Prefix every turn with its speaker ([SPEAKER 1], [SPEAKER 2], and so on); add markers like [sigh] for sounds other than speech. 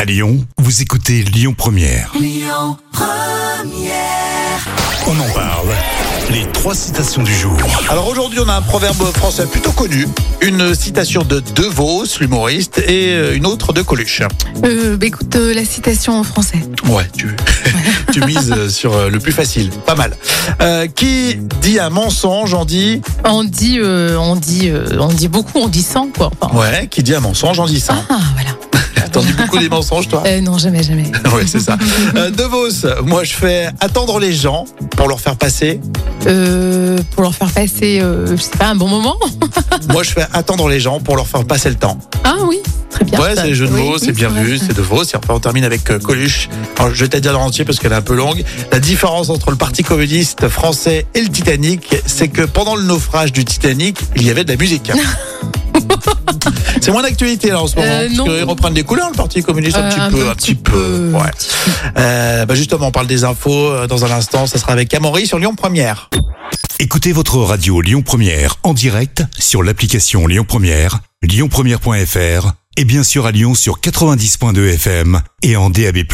[SPEAKER 1] À Lyon, vous écoutez Lyon Première. On en parle. Les trois citations du jour.
[SPEAKER 2] Alors aujourd'hui, on a un proverbe français plutôt connu, une citation de De Vos, l'humoriste, et euh, une autre de Coluche.
[SPEAKER 3] Euh, bah, écoute euh, la citation en français.
[SPEAKER 2] Ouais, tu, [laughs] tu mises euh, sur euh, le plus facile, pas mal. Euh, qui dit un mensonge en dit
[SPEAKER 3] On dit, euh, on dit, euh, on dit beaucoup, on dit 100 quoi. Enfin,
[SPEAKER 2] Ouais, qui dit un mensonge en dit ça.
[SPEAKER 3] Ah voilà.
[SPEAKER 2] T'en dis beaucoup des
[SPEAKER 3] [laughs]
[SPEAKER 2] mensonges, toi
[SPEAKER 3] Euh, non jamais jamais.
[SPEAKER 2] Ouais, c'est ça. Euh, de Vos, moi je fais attendre les gens pour leur faire passer.
[SPEAKER 3] Euh, pour leur faire passer, euh, je sais pas, un bon moment.
[SPEAKER 2] Moi je fais attendre les gens pour leur faire passer le temps.
[SPEAKER 3] Ah oui, très bien.
[SPEAKER 2] Ouais,
[SPEAKER 3] ça.
[SPEAKER 2] c'est les jeux de
[SPEAKER 3] Oui,
[SPEAKER 2] mots,
[SPEAKER 3] oui,
[SPEAKER 2] c'est bien
[SPEAKER 3] vrai.
[SPEAKER 2] vu, c'est de Vos. Et enfin, on termine avec euh, Coluche. Alors, je vais te la dire dans l'entier parce qu'elle est un peu longue. La différence entre le Parti communiste français et le Titanic, c'est que pendant le naufrage du Titanic, il y avait de la [laughs] musique. c'est moins d'actualité là en ce moment.
[SPEAKER 3] Euh,
[SPEAKER 2] parce
[SPEAKER 3] non.
[SPEAKER 2] qu'ils reprennent des couleurs, le Parti communiste, un
[SPEAKER 3] Euh,
[SPEAKER 2] petit peu, un petit peu. Ouais. Euh, bah, justement, on parle des infos euh, dans un instant. Ça sera avec Amaury sur Lyon Première.
[SPEAKER 1] Écoutez votre radio Lyon Première en direct sur l'application Lyon Première, lyonpremière.fr et bien sûr à Lyon sur 90.2 FM et en DAB+.